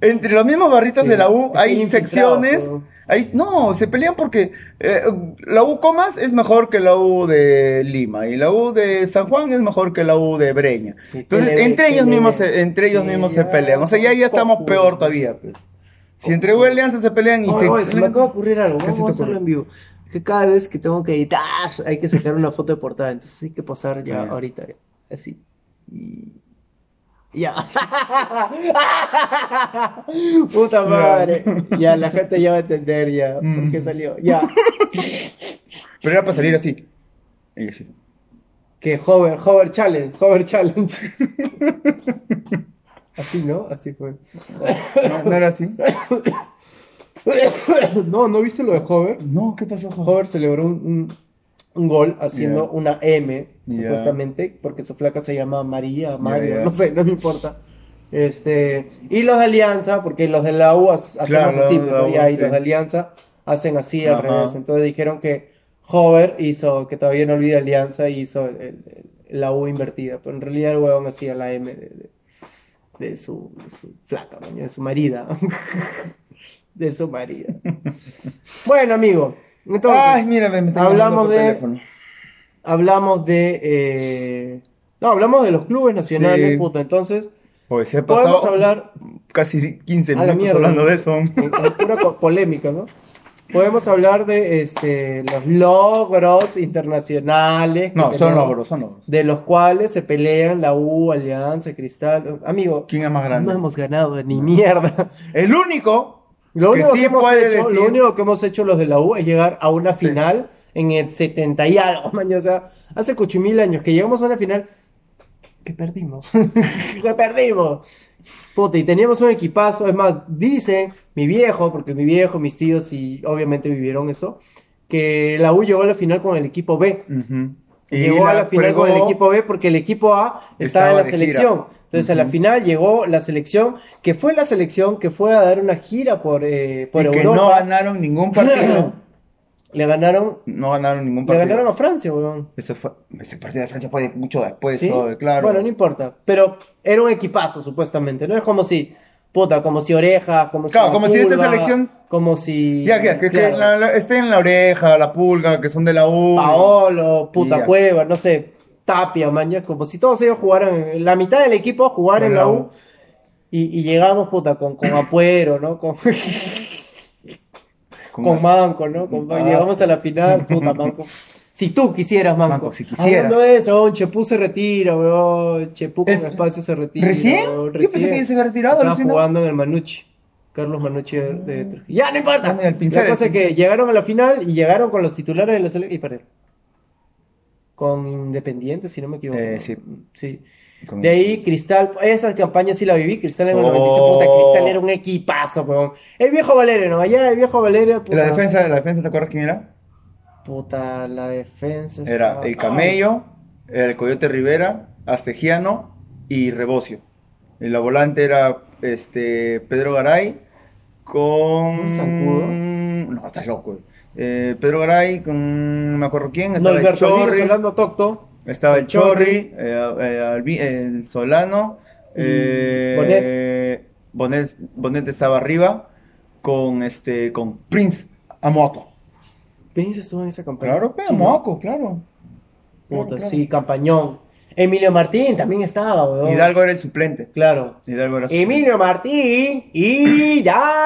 S2: entre los mismos barritos
S1: Sí.
S2: de la U
S1: Es que hay
S2: hay
S1: infiltrados,
S2: secciones.
S1: huevón.
S2: Ahí, no, se pelean porque eh, la U Comas es mejor que la U de Lima y la U de San Juan es mejor que la U de Breña.
S1: Sí,
S2: Entonces,
S1: TLB,
S2: entre ellos
S1: TLB.
S2: mismos, se, entre ellos
S1: Sí,
S2: mismos
S1: ya
S2: se pelean. O sea, ya,
S1: son
S2: ya estamos
S1: cojudos.
S2: peor todavía, pues. Si entre U y Alianza se pelean y
S1: Oye,
S2: se...
S1: oye, se me acaba de ocurrir algo,
S2: ¿Qué
S1: vamos
S2: se te
S1: a hacerlo
S2: ocurre?
S1: en vivo. Que cada vez que tengo que editar, hay que sacar una foto de portada, entonces hay que pasar ya
S2: Ah, ya.
S1: ahorita, ya. así. Y... Ya. Puta madre. Ya, la gente ya va a entender ya por qué
S2: Mm.
S1: salió. Ya.
S2: Pero era para salir así. Y así.
S1: Que hover, hover challenge, hover challenge. Así, ¿no? Así fue.
S2: No, no era así.
S1: No, ¿no viste lo de hover?
S2: No, ¿qué pasó, Jorge?
S1: Hover celebró un, un- un gol haciendo
S2: Ya.
S1: una M,
S2: Ya.
S1: supuestamente, porque su flaca se llama María, Mario,
S2: ya.
S1: no sé, no me importa. Este, y los de Alianza, porque los de la U ha- hacemos
S2: Claro,
S1: así,
S2: la
S1: ¿no?
S2: U,
S1: Ya, y
S2: sí.
S1: los de Alianza hacen así al
S2: Ajá.
S1: revés. Entonces dijeron que Hover hizo, que todavía no olvida Alianza, hizo el- el- la U invertida, pero en realidad el huevón hacía la M de, de- de su, de su flaca, ¿no? de su marida. de su marida. Bueno, amigo, entonces
S2: Ay, mira, me están
S1: hablamos
S2: llamando por
S1: de-
S2: teléfono.
S1: hablamos de... eh, No, hablamos de los clubes nacionales,
S2: Sí.
S1: puta. Entonces,
S2: Pues se ha
S1: podemos
S2: pasado
S1: hablar...
S2: casi 15
S1: A la
S2: minutos
S1: mierda.
S2: hablando de eso.
S1: Es pura co- polémica, ¿no? Podemos hablar de este, los logros internacionales. que
S2: No, son
S1: tenemos,
S2: logros, son logros.
S1: De los cuales se pelean la U, Alianza, Cristal. Amigo,
S2: ¿Quién es más
S1: no
S2: grande?
S1: hemos ganado ni mierda.
S2: El único
S1: Lo
S2: Que
S1: único
S2: sí
S1: que hemos
S2: puede
S1: hecho,
S2: decir-
S1: lo único que hemos hecho los de la U es llegar a una
S2: Sí.
S1: final en el 70 y algo, man, ya, O sea, hace cuchimil años que llegamos a una final que perdimos. que perdimos. Puta, y teníamos un equipazo. Es más, dice mi viejo, porque mi viejo, mis tíos y obviamente vivieron eso, que la U llegó a la final con el equipo B.
S2: Ujú.
S1: llegó a la final
S2: fregó.
S1: con el equipo B porque el equipo A estaba
S2: Estaba
S1: en la
S2: de
S1: selección.
S2: gira.
S1: Entonces a la
S2: Ujú.
S1: final llegó la selección, que fue la selección que fue a dar una gira por, eh, por
S2: y que
S1: Europa.
S2: no ganaron ningún partido.
S1: Le ganaron,
S2: No ganaron ningún
S1: le
S2: partido.
S1: ganaron a Francia, weón.
S2: Ese fue, ese partido de Francia fue de- mucho después,
S1: ¿Sí?
S2: ¿no? claro.
S1: Bueno, no importa. Pero era un equipazo, supuestamente. No es como si, puta, como si orejas, como si.
S2: Claro,
S1: La
S2: como si esta
S1: Pulga,
S2: selección-
S1: Como si.
S2: ya, ya, que, que
S1: claro,
S2: la- la- esté en la oreja, la pulga, que son de la U.
S1: Paolo, puta
S2: Y ya.
S1: cueva, no sé. Tapia, maña. Como si todos ellos jugaran. en- La mitad del equipo jugar en la U. Y, y llegamos, puta, con, con Apuero, ¿no? Con,
S2: Con-
S1: con Manco, ¿no? Con-
S2: Ah,
S1: llegamos
S2: sí.
S1: a la final, puta, Manco. Si tú quisieras, Manco.
S2: Manco, si quisieras.
S1: Hablando de eso, weón, Chepú se retira, weón. Chepú con
S2: Eh,
S1: espacio se retira.
S2: ¿Recién?
S1: weón,
S2: Yo pensé que ya se había retirado.
S1: Estaba
S2: alucina.
S1: jugando en el Manucci. Carlos Manucci de, de Trujillo. ¡Ya, no importa!
S2: Ah, en el pincel,
S1: la cosa
S2: el
S1: es que llegaron a la final y llegaron con los titulares de la selección y perdieron. Con Independiente, si no me equivoco.
S2: Eh, sí.
S1: Sí.
S2: Con-
S1: De ahí, Cristal, esa campaña sí la viví, Cristal en el
S2: Oh.
S1: 96, puta, Cristal era un equipazo, weón. El viejo Valerio, ¿no? Allá el viejo Valerio, puta.
S2: La defensa, la defensa, ¿te acuerdas quién era?
S1: Puta, la defensa
S2: Era
S1: estaba-
S2: el Camello, el Coyote Rivera, Astegiano y Rebocio. Y la volante era este Pedro Garay con.
S1: ¿Un zancudo?
S2: No, estás loco. güey. Eh, Pedro Garay con. No me acuerdo quién.
S1: Ay,
S2: Estaba el
S1: Norberto Díaz,
S2: Chorri.
S1: Solano Tocto,
S2: Estaba el
S1: el Chorri.
S2: Chorri, eh, eh, Albi- el Solano.
S1: Y
S2: eh, Bonet. Bonet estaba arriba con este con Prince Amoaco.
S1: Prince estuvo en esa campaña.
S2: Claro, pero
S1: Sí, ¿no?
S2: Amoaco, claro.
S1: Puta,
S2: Claro,
S1: sí, campañón. Emilio Martín también estaba,
S2: claro.
S1: weón.
S2: Hidalgo era el suplente.
S1: Claro.
S2: Hidalgo era suplente.
S1: Emilio Martín y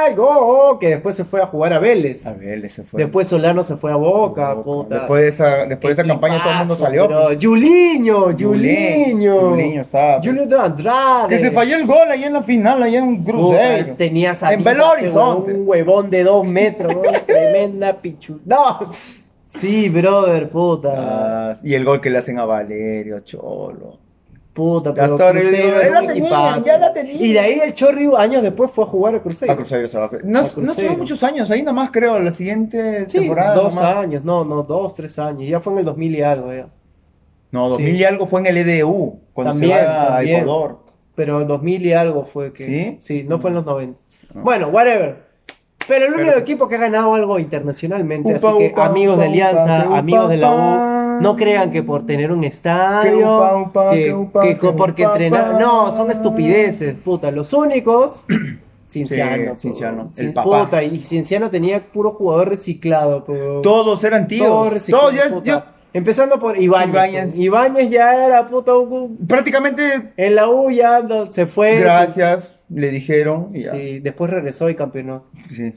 S1: Hidalgo, que después se fue a jugar a Vélez.
S2: A ver, ese fue.
S1: Después Solano se fue a Boca, puta.
S2: Ah, Después de esa, después de esa campaña todo el mundo
S1: Equipazo,
S2: salió. pues.
S1: pero- Juliño, Juliño.
S2: Juliño estaba. pues.
S1: Juliño de Andrade.
S2: Que se falló el gol ahí en la final, ahí en
S1: Puta,
S2: Cruzeiro.
S1: tenías a
S2: En
S1: Díaz,
S2: Belo
S1: pe,
S2: Horizonte.
S1: huevón, un huevón de dos metros, huevón, tremenda pichu. No. Sí, brother, puta.
S2: Ah, y el gol que le hacen a Valerio, Cholo.
S1: puta,
S2: hasta
S1: pero
S2: ahora yo
S1: Cruzeiro
S2: digo,
S1: era
S2: ya la
S1: un
S2: tenía,
S1: equipazo.
S2: ya la tenía.
S1: Y de ahí el Chorri años después fue a jugar a Cruzeiro.
S2: A Cruzeiro se va. No,
S1: A
S2: no
S1: Cruzeiro.
S2: estuvo muchos años, ahí nomás creo, la siguiente
S1: Sí,
S2: temporada.
S1: dos
S2: nomás.
S1: años, no, no, dos, tres años. Ya fue en el 2000 y algo, ya.
S2: No, 2000
S1: Sí.
S2: y algo fue en el EDU, cuando
S1: También,
S2: se va
S1: también.
S2: a Ecuador.
S1: Pero en 2000 y algo fue que.
S2: ¿Sí?
S1: no fue en los 90. Bueno, whatever. Pero el único equipo que ha ganado algo internacionalmente,
S2: Upa,
S1: así que
S2: upa,
S1: amigos
S2: upa,
S1: de Alianza,
S2: upa,
S1: amigos de la
S2: upa.
S1: U, no crean que por tener un estadio,
S2: Que upa, upa,
S1: que,
S2: que upa,
S1: que co-
S2: que
S1: porque
S2: upa,
S1: entrenar,
S2: upa.
S1: no, son estupideces, puta, los únicos, Cinciano,
S2: Sí, Cinciano,
S1: po.
S2: el
S1: Sí,
S2: papá.
S1: puta, y Cienciano tenía puro jugador reciclado, po.
S2: Todos
S1: Todo
S2: eran tíos.
S1: reciclado,
S2: Todos ya,
S1: puta.
S2: ya-
S1: empezando por Ibáñez, pues.
S2: Ibáñez.
S1: Ibáñez, ya era puta un-
S2: prácticamente,
S1: en la U ya no- se fue,
S2: gracias, le dijeron. Y ya.
S1: Sí, después regresó y campeonó.
S2: Sí.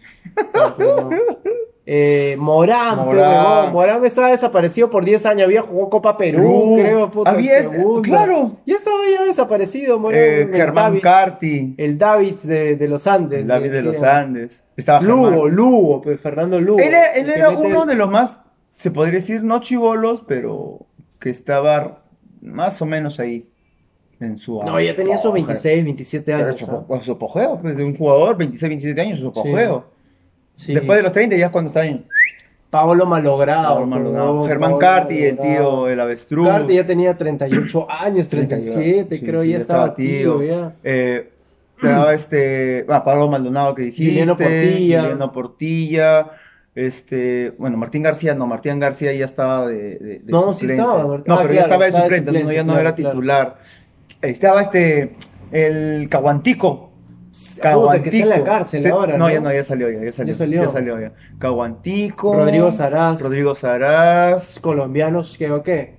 S1: Campeonó. Eh, Morán, pe,
S2: Morán.
S1: huevón. Morán estaba desaparecido por 10 años. Había jugado Copa Perú,
S2: Perú.
S1: creo, puta,
S2: Había-
S1: en segunda.
S2: claro.
S1: Ya estaba ya desaparecido, Morán.
S2: Eh,
S1: el
S2: Germán
S1: David,
S2: Carti,
S1: el David de, de los Andes.
S2: el David de los
S1: decían.
S2: Andes. Estaba
S1: Lugo,
S2: Germán.
S1: Lugo, pe, Fernando Lugo.
S2: Él, era- él
S1: El que
S2: era
S1: mete-
S2: uno de los más, se podría decir, no chivolos, pero que estaba más o menos ahí. En su
S1: No, ya tenía sus
S2: apogeo.
S1: 26, 27
S2: Pero
S1: años.
S2: su,
S1: ¿ah?
S2: su apogeo, pues, de un jugador, 26, 27 años, su apogeo.
S1: Sí.
S2: Después de los 30 ya es cuando está en
S1: Paolo Malogrado.
S2: Paolo Maldonado.
S1: huevón,
S2: Germán
S1: Paolo
S2: Carti, el
S1: Malogrado.
S2: tío, el avestruz.
S1: Carti ya tenía 38 años, 37,
S2: 37,
S1: creo,
S2: sí,
S1: ya estaba tío, ya.
S2: Eh, Estaba este, ah, Pablo Maldonado que dijiste,
S1: Guillermo Portilla.
S2: Guillermo Portilla, este, bueno, Martín García, no, Martín García ya estaba de, de- de
S1: No, sí
S2: suplente.
S1: estaba, Martín.
S2: No,
S1: Ah,
S2: pero ya
S1: claro,
S2: estaba de
S1: estaba de
S2: suplente, no, ya no
S1: suplente,
S2: era
S1: claro,
S2: titular. Estaba este, el Caguantico.
S1: Puta, que está en la
S2: Caguantico.
S1: cárcel
S2: Sí,
S1: ahora.
S2: No, ya no, ya salió, ya, ya salió.
S1: Ya salió.
S2: Ya salió, ya. Caguantico.
S1: Rodrigo Saraz.
S2: Rodrigo Saraz.
S1: colombianos, ¿qué o qué?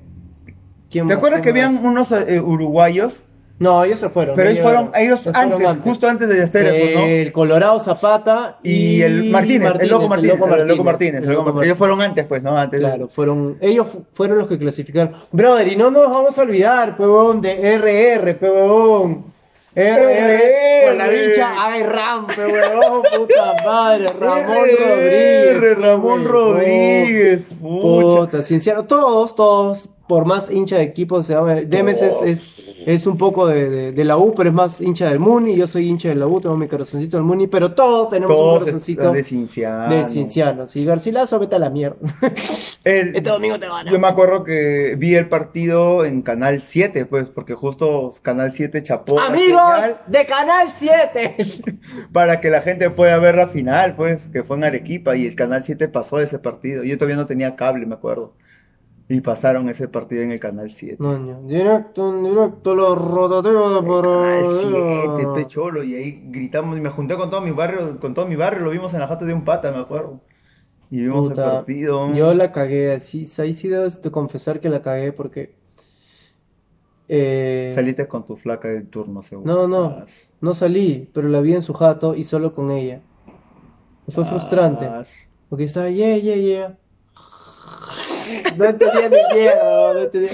S1: ¿Quién
S2: ¿Te
S1: más,
S2: acuerdas que
S1: quién
S2: habían
S1: más?
S2: unos eh, uruguayos?
S1: No, ellos se fueron.
S2: Pero ellos fueron, ellos
S1: se fueron
S2: antes, justo antes de hacer eso, ¿no?
S1: El Colorado Zapata y,
S2: Y el Martínez, el Loco Martínez, el Loco Martínez,
S1: el
S2: el Loco
S1: Loco
S2: Martínez. Ellos fueron antes, pues, ¿no? Antes.
S1: Claro, fueron, ellos fu- fueron los que clasificaron. Brother, y no nos vamos a olvidar, pebón, de RR, pebón. RR, con la
S2: RR.
S1: bicha ay Ram, pebón, puta madre, Ramón
S2: RR,
S1: Rodríguez.
S2: Ramón
S1: pebón.
S2: Rodríguez, pucha.
S1: Puta, sincero, todos, todos, por más hincha de equipo, se llama, Demes es, es, es un poco de, de- de la U, pero es más hincha del Muni, yo soy hincha de la U, tengo mi corazoncito del Muni, pero todos tenemos un
S2: Todos
S1: corazoncito
S2: están de Cinciano.
S1: del Cinciano. Si Garcilaso, vete a la mierda.
S2: El-
S1: Este domingo te van
S2: yo me acuerdo que vi el partido en Canal 7, pues, porque justo Canal 7 chapó la
S1: Amigos
S2: señal
S1: de Canal 7.
S2: para que la gente pueda ver la final, pues, que fue en Arequipa y el Canal 7 pasó ese partido. Yo todavía no tenía cable, me acuerdo. Y pasaron ese partido en el Canal 7.
S1: directo, en directo, los rotativos por... Ah.
S2: Canal 7, pe, cholo, eh, y ahí gritamos, y me junté con todo mi barrio, con todo mi barrio, lo vimos en la jata de un pata, me acuerdo. Y vimos
S1: Puta,
S2: el partido.
S1: Yo la cagué, así, ahí sí debo de confesar que la cagué porque... eh,
S2: Saliste con tu flaca del turno, seguro.
S1: No, no,
S2: Ah, su-
S1: no salí, pero la vi en su jato y solo con ella. Fue frustrante,
S2: ah, su-
S1: porque estaba, yeah, yeah, yeah. No entendía ni mierda, no entendía.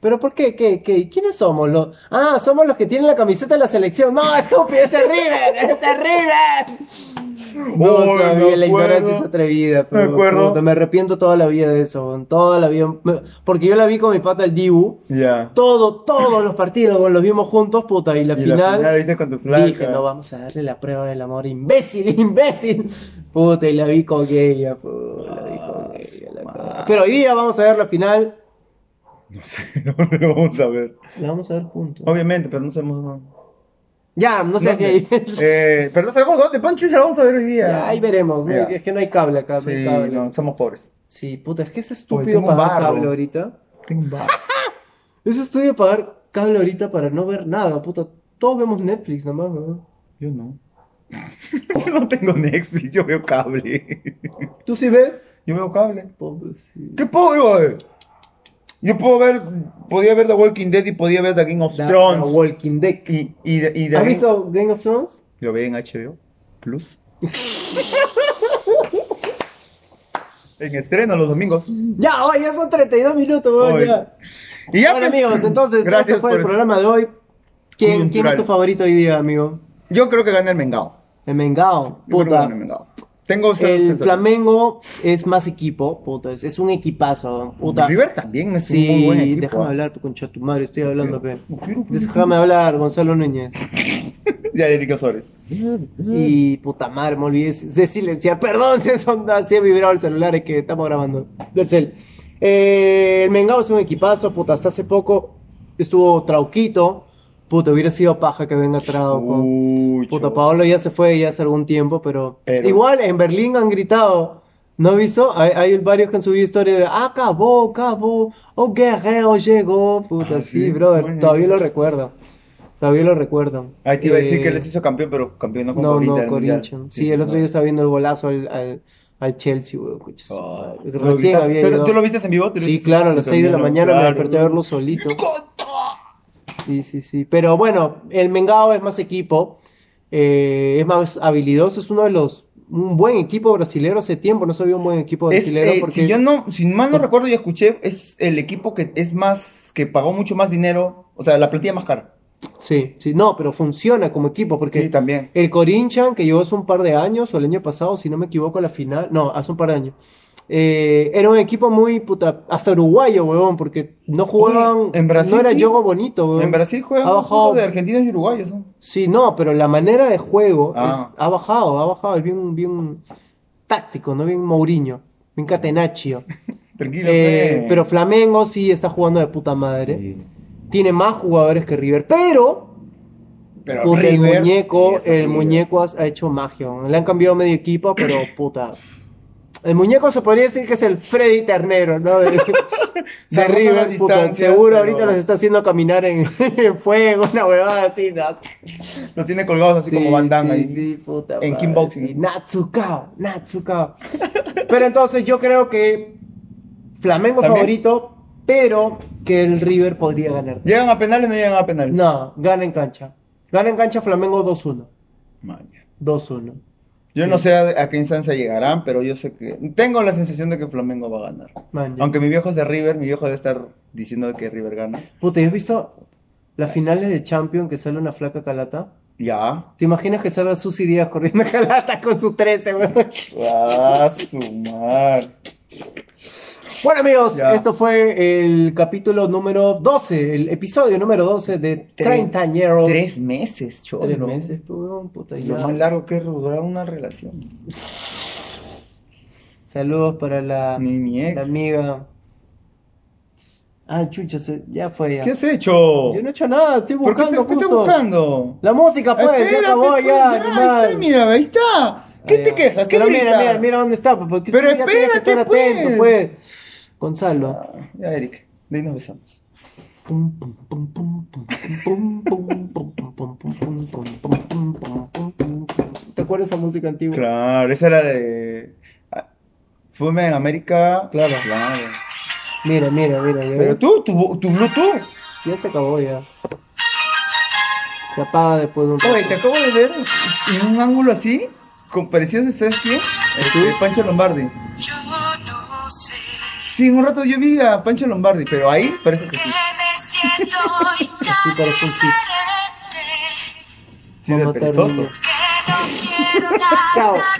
S1: ¿Pero por qué? ¿Qué? ¿Qué? ¿Quiénes somos? Los... Ah, somos los que tienen la camiseta de la selección. No, estúpido, ese es River, ese es River. No
S2: Uy, me
S1: sabía, la ignorancia es
S2: acuerdo.
S1: atrevida,
S2: Me
S1: pero
S2: acuerdo.
S1: puta, me arrepiento toda la vida de eso, weón, toda la vida. Me- Porque yo la vi con mi pata el Dibu,
S2: Ya.
S1: todo, todos los partidos, weón, los vimos juntos, puta, y la
S2: Y
S1: final...
S2: la viste con tu flaca.
S1: Dije, no vamos a darle la prueba del amor, imbécil, imbécil. Puta, y la vi con ella, puta, la vi con
S2: Ah,
S1: ella, la
S2: su
S1: cagada.
S2: madre.
S1: Pero hoy día vamos a ver la final.
S2: No sé, no lo vamos a ver.
S1: La vamos a ver juntos.
S2: Obviamente, pero no sabemos.
S1: Ya, no sé
S2: ¿Dónde?
S1: qué.
S2: Eh, pero no sabemos dónde, Pancho, ya la vamos a ver hoy día.
S1: Ya, ahí veremos. ¿no?
S2: Ya.
S1: Es que no hay cable acá. no hay
S2: Sí,
S1: cable.
S2: no, somos pobres.
S1: Sí, puta, es que es
S2: Oye,
S1: estúpido
S2: tengo un
S1: pagar
S2: barro.
S1: cable ahorita. Es estúpido pagar cable ahorita para no ver nada, puta. Todos vemos Netflix nomás, weón.
S2: Yo no. yo no tengo Netflix, yo veo cable.
S1: ¿Tú sí ves?
S2: Yo veo cable.
S1: Pobre, sí.
S2: ¡Qué pobre, güey! Yo puedo ver, podía ver The Walking Dead y podía ver The King of
S1: Da-
S2: Thrones.
S1: da Walking Dead.
S2: y, y, de- y de
S1: ¿Has visto Game of Thrones?
S2: Lo vi en HBO Plus. en estreno los domingos.
S1: Ya, hoy ya son 32 minutos, weón,
S2: Hoy.
S1: ya.
S2: Y ya,
S1: Bueno,
S2: pues,
S1: amigos, entonces,
S2: gracias
S1: este fue
S2: por
S1: el
S2: eso.
S1: programa de hoy. ¿Quién, quién es
S2: Coyuntural.
S1: tu favorito hoy día, amigo?
S2: Yo creo que gana el Mengao.
S1: El Mengao,
S2: Yo creo que
S1: puta.
S2: gana el Mengao. Tengo esa
S1: El
S2: sensación.
S1: Flamengo es más equipo, puta. Es, es un equipazo, puta.
S2: River también es
S1: Sí,
S2: un muy buen equipo.
S1: déjame
S2: ¿eh?
S1: hablar, tu concha tu madre, estoy hablando, pe.
S2: No quiero, pues.
S1: Déjame hablar, Gonzalo Núñez.
S2: Ya, Erika Sores.
S1: Y puta madre, me olvidé de silenciar. Perdón, se sonó así vibrado el celular, es que estamos grabando. Del cel. Eh, el Mengao es un equipazo, puta, hasta hace poco estuvo Trauquito. Puta, hubiera sido paja que venga Trauco.
S2: Uy,
S1: Puta,
S2: chavo.
S1: Paolo ya se fue ya hace algún tiempo, pero...
S2: Pero-
S1: Igual, en Berlín han gritado. ¿No has visto? Hay, hay varios que han subido historias de... Acabó, acabó. Oh, guerrero llegó. Puta,
S2: Ah,
S1: sí,
S2: sí,
S1: brother.
S2: bueno.
S1: Todavía lo recuerdo. Todavía lo recuerdo.
S2: Ahí te iba a decir
S1: Eh,
S2: que les hizo campeón, pero campeón no Ah. con
S1: no,
S2: Corinthians,
S1: no,
S2: el Mundial.
S1: Corinthians. Sí, el otro día estaba viendo el golazo al, al, al Chelsea, weón. coche, su
S2: Ah,
S1: madre.
S2: ¿lo
S1: Recién
S2: gritaste?
S1: había
S2: ¿Tú-
S1: llegado.
S2: ¿Tú lo viste en vivo? ¿Tú lo
S1: Sí,
S2: viste?
S1: claro, a las
S2: Yo
S1: 6 de la
S2: también,
S1: mañana me
S2: claro.
S1: desperté a verlo solito. Sí, sí, sí. Pero bueno, el Mengao es más equipo, eh, es más habilidoso, es uno de los. Un buen equipo brasilero hace tiempo, no sabía un buen equipo
S2: Es,
S1: brasilero
S2: eh,
S1: porque.
S2: Si yo no, si mal no recuerdo y escuché, es el equipo que es más, que pagó mucho más dinero, o sea, la plantilla más cara.
S1: Sí, sí, no, pero funciona como equipo porque.
S2: Sí, también.
S1: El Corinthians, que llegó hace un par de años, o el año pasado, si no me equivoco, a la final, no, hace un par de años, eh, era un equipo muy puta, hasta uruguayo, huevón, porque no jugaban,
S2: Uy, en Brasil
S1: no era
S2: sí.
S1: juego bonito, huevón.
S2: En Brasil juegan
S1: Ha
S2: un
S1: bajado.
S2: poco de argentinos y uruguayos. ¿no?
S1: Sí, no, pero la manera de juego
S2: Ah.
S1: es- ha bajado, ha bajado, es bien, bien táctico, no bien Mourinho, bien Catenaccio.
S2: Tranquilo.
S1: Eh,
S2: pe.
S1: pero Flamengo sí está jugando de puta madre.
S2: Sí.
S1: Tiene más jugadores que River, pero
S2: Pero
S1: Puta, el
S2: River-
S1: muñeco,
S2: Eso,
S1: el
S2: River.
S1: muñeco ha, ha hecho magia. weón. Le han cambiado medio equipo, pero puta. El muñeco se podría decir que es el Freddy Ternero, ¿no? De, de
S2: Salvando las
S1: River, puta.
S2: distancias,
S1: Seguro
S2: pero-
S1: ahorita los está haciendo caminar en, en fuego, una huevada así, ¿no?
S2: Lo tiene colgados así como Van Damme
S1: sí,
S2: ahí.
S1: sí, puta
S2: En
S1: madre,
S2: kickboxing.
S1: sí. Natsukao, Natsukao. Pero entonces yo creo que Flamengo
S2: ¿También?
S1: favorito, pero que el River podría ganar.
S2: ¿Llegan a penales o no llegan a penales?
S1: No, gana en cancha. Gana en cancha Flamengo 2-1.
S2: Maña.
S1: 2-1.
S2: Yo
S1: Sí.
S2: no sé a, a qué instancia llegarán, pero yo sé que. Tengo la sensación de que Flamengo va a ganar.
S1: Man, ya.
S2: Aunque mi viejo es de River, mi viejo debe estar diciendo que River gana.
S1: Puta, ¿y has visto las finales de Champions que sale una flaca calata?
S2: Ya.
S1: ¿Te imaginas que salga Susi Díaz corriendo calata con sus 13, weón?
S2: Va a sumar.
S1: Bueno, amigos,
S2: Ya.
S1: esto fue el capítulo número 12, el episodio número 12 de
S2: Tres-
S1: 30 Yeros.
S2: Tres meses, cholo.
S1: Tres meses, pues, weón, puta,
S2: Lo
S1: ya.
S2: más largo que es durar una relación.
S1: Saludos para la,
S2: Ni mi
S1: la
S2: ex.
S1: amiga. Ah, chucha, se- ya fue ya.
S2: ¿Qué has hecho?
S1: Yo no he hecho nada, estoy
S2: ¿Por qué te-
S1: buscando
S2: qué estás
S1: justo.
S2: buscando?
S1: La música, pues, ya
S2: Espérate,
S1: acabó
S2: pues,
S1: ya,
S2: ahí
S1: animal.
S2: está, mira, ahí está. ¿Qué
S1: Ah,
S2: te
S1: ya.
S2: quejas? ¿Qué
S1: Pero mira,
S2: gritas?
S1: mira, mira dónde está, pues, papá. que
S2: Pero
S1: tú ya tenías que estar
S2: espérate, pues.
S1: atento, pues. Gonzalo.
S2: Ah, Ya, Eric, de ahí nos besamos.
S1: Pum, pum, pum, pum, pum, pum, pum, pum, pum, pum, pum, pum, pum, pum, pum, pum, pum, pum, pum. ¿Te acuerdas esa música antigua?
S2: Claro, esa era de. ah, Fume en América.
S1: Claro.
S2: Claro.
S1: Mira, mira, mira, ya
S2: Pero
S1: ves.
S2: tú, tu, tu Bluetooth.
S1: Ya se acabó ya. Se apaga después de un
S2: Oye, te
S1: rato.
S2: acabo de ver en un ángulo así. Con parecidos, ¿sabes quién? Este,
S1: ¿Sí?
S2: Pancho Lombardi.
S3: Yo no sé
S2: Sí, en un rato yo vi a Pancho Lombardi, pero ahí parece que
S3: que
S2: sí.
S3: me siento hoy
S1: Así
S3: tan
S1: parece un sí.
S3: diferente
S2: Sí,
S1: Va a
S2: de
S1: matar un
S2: perezoso.
S1: niño.
S3: que no quiero nada.
S1: Chao.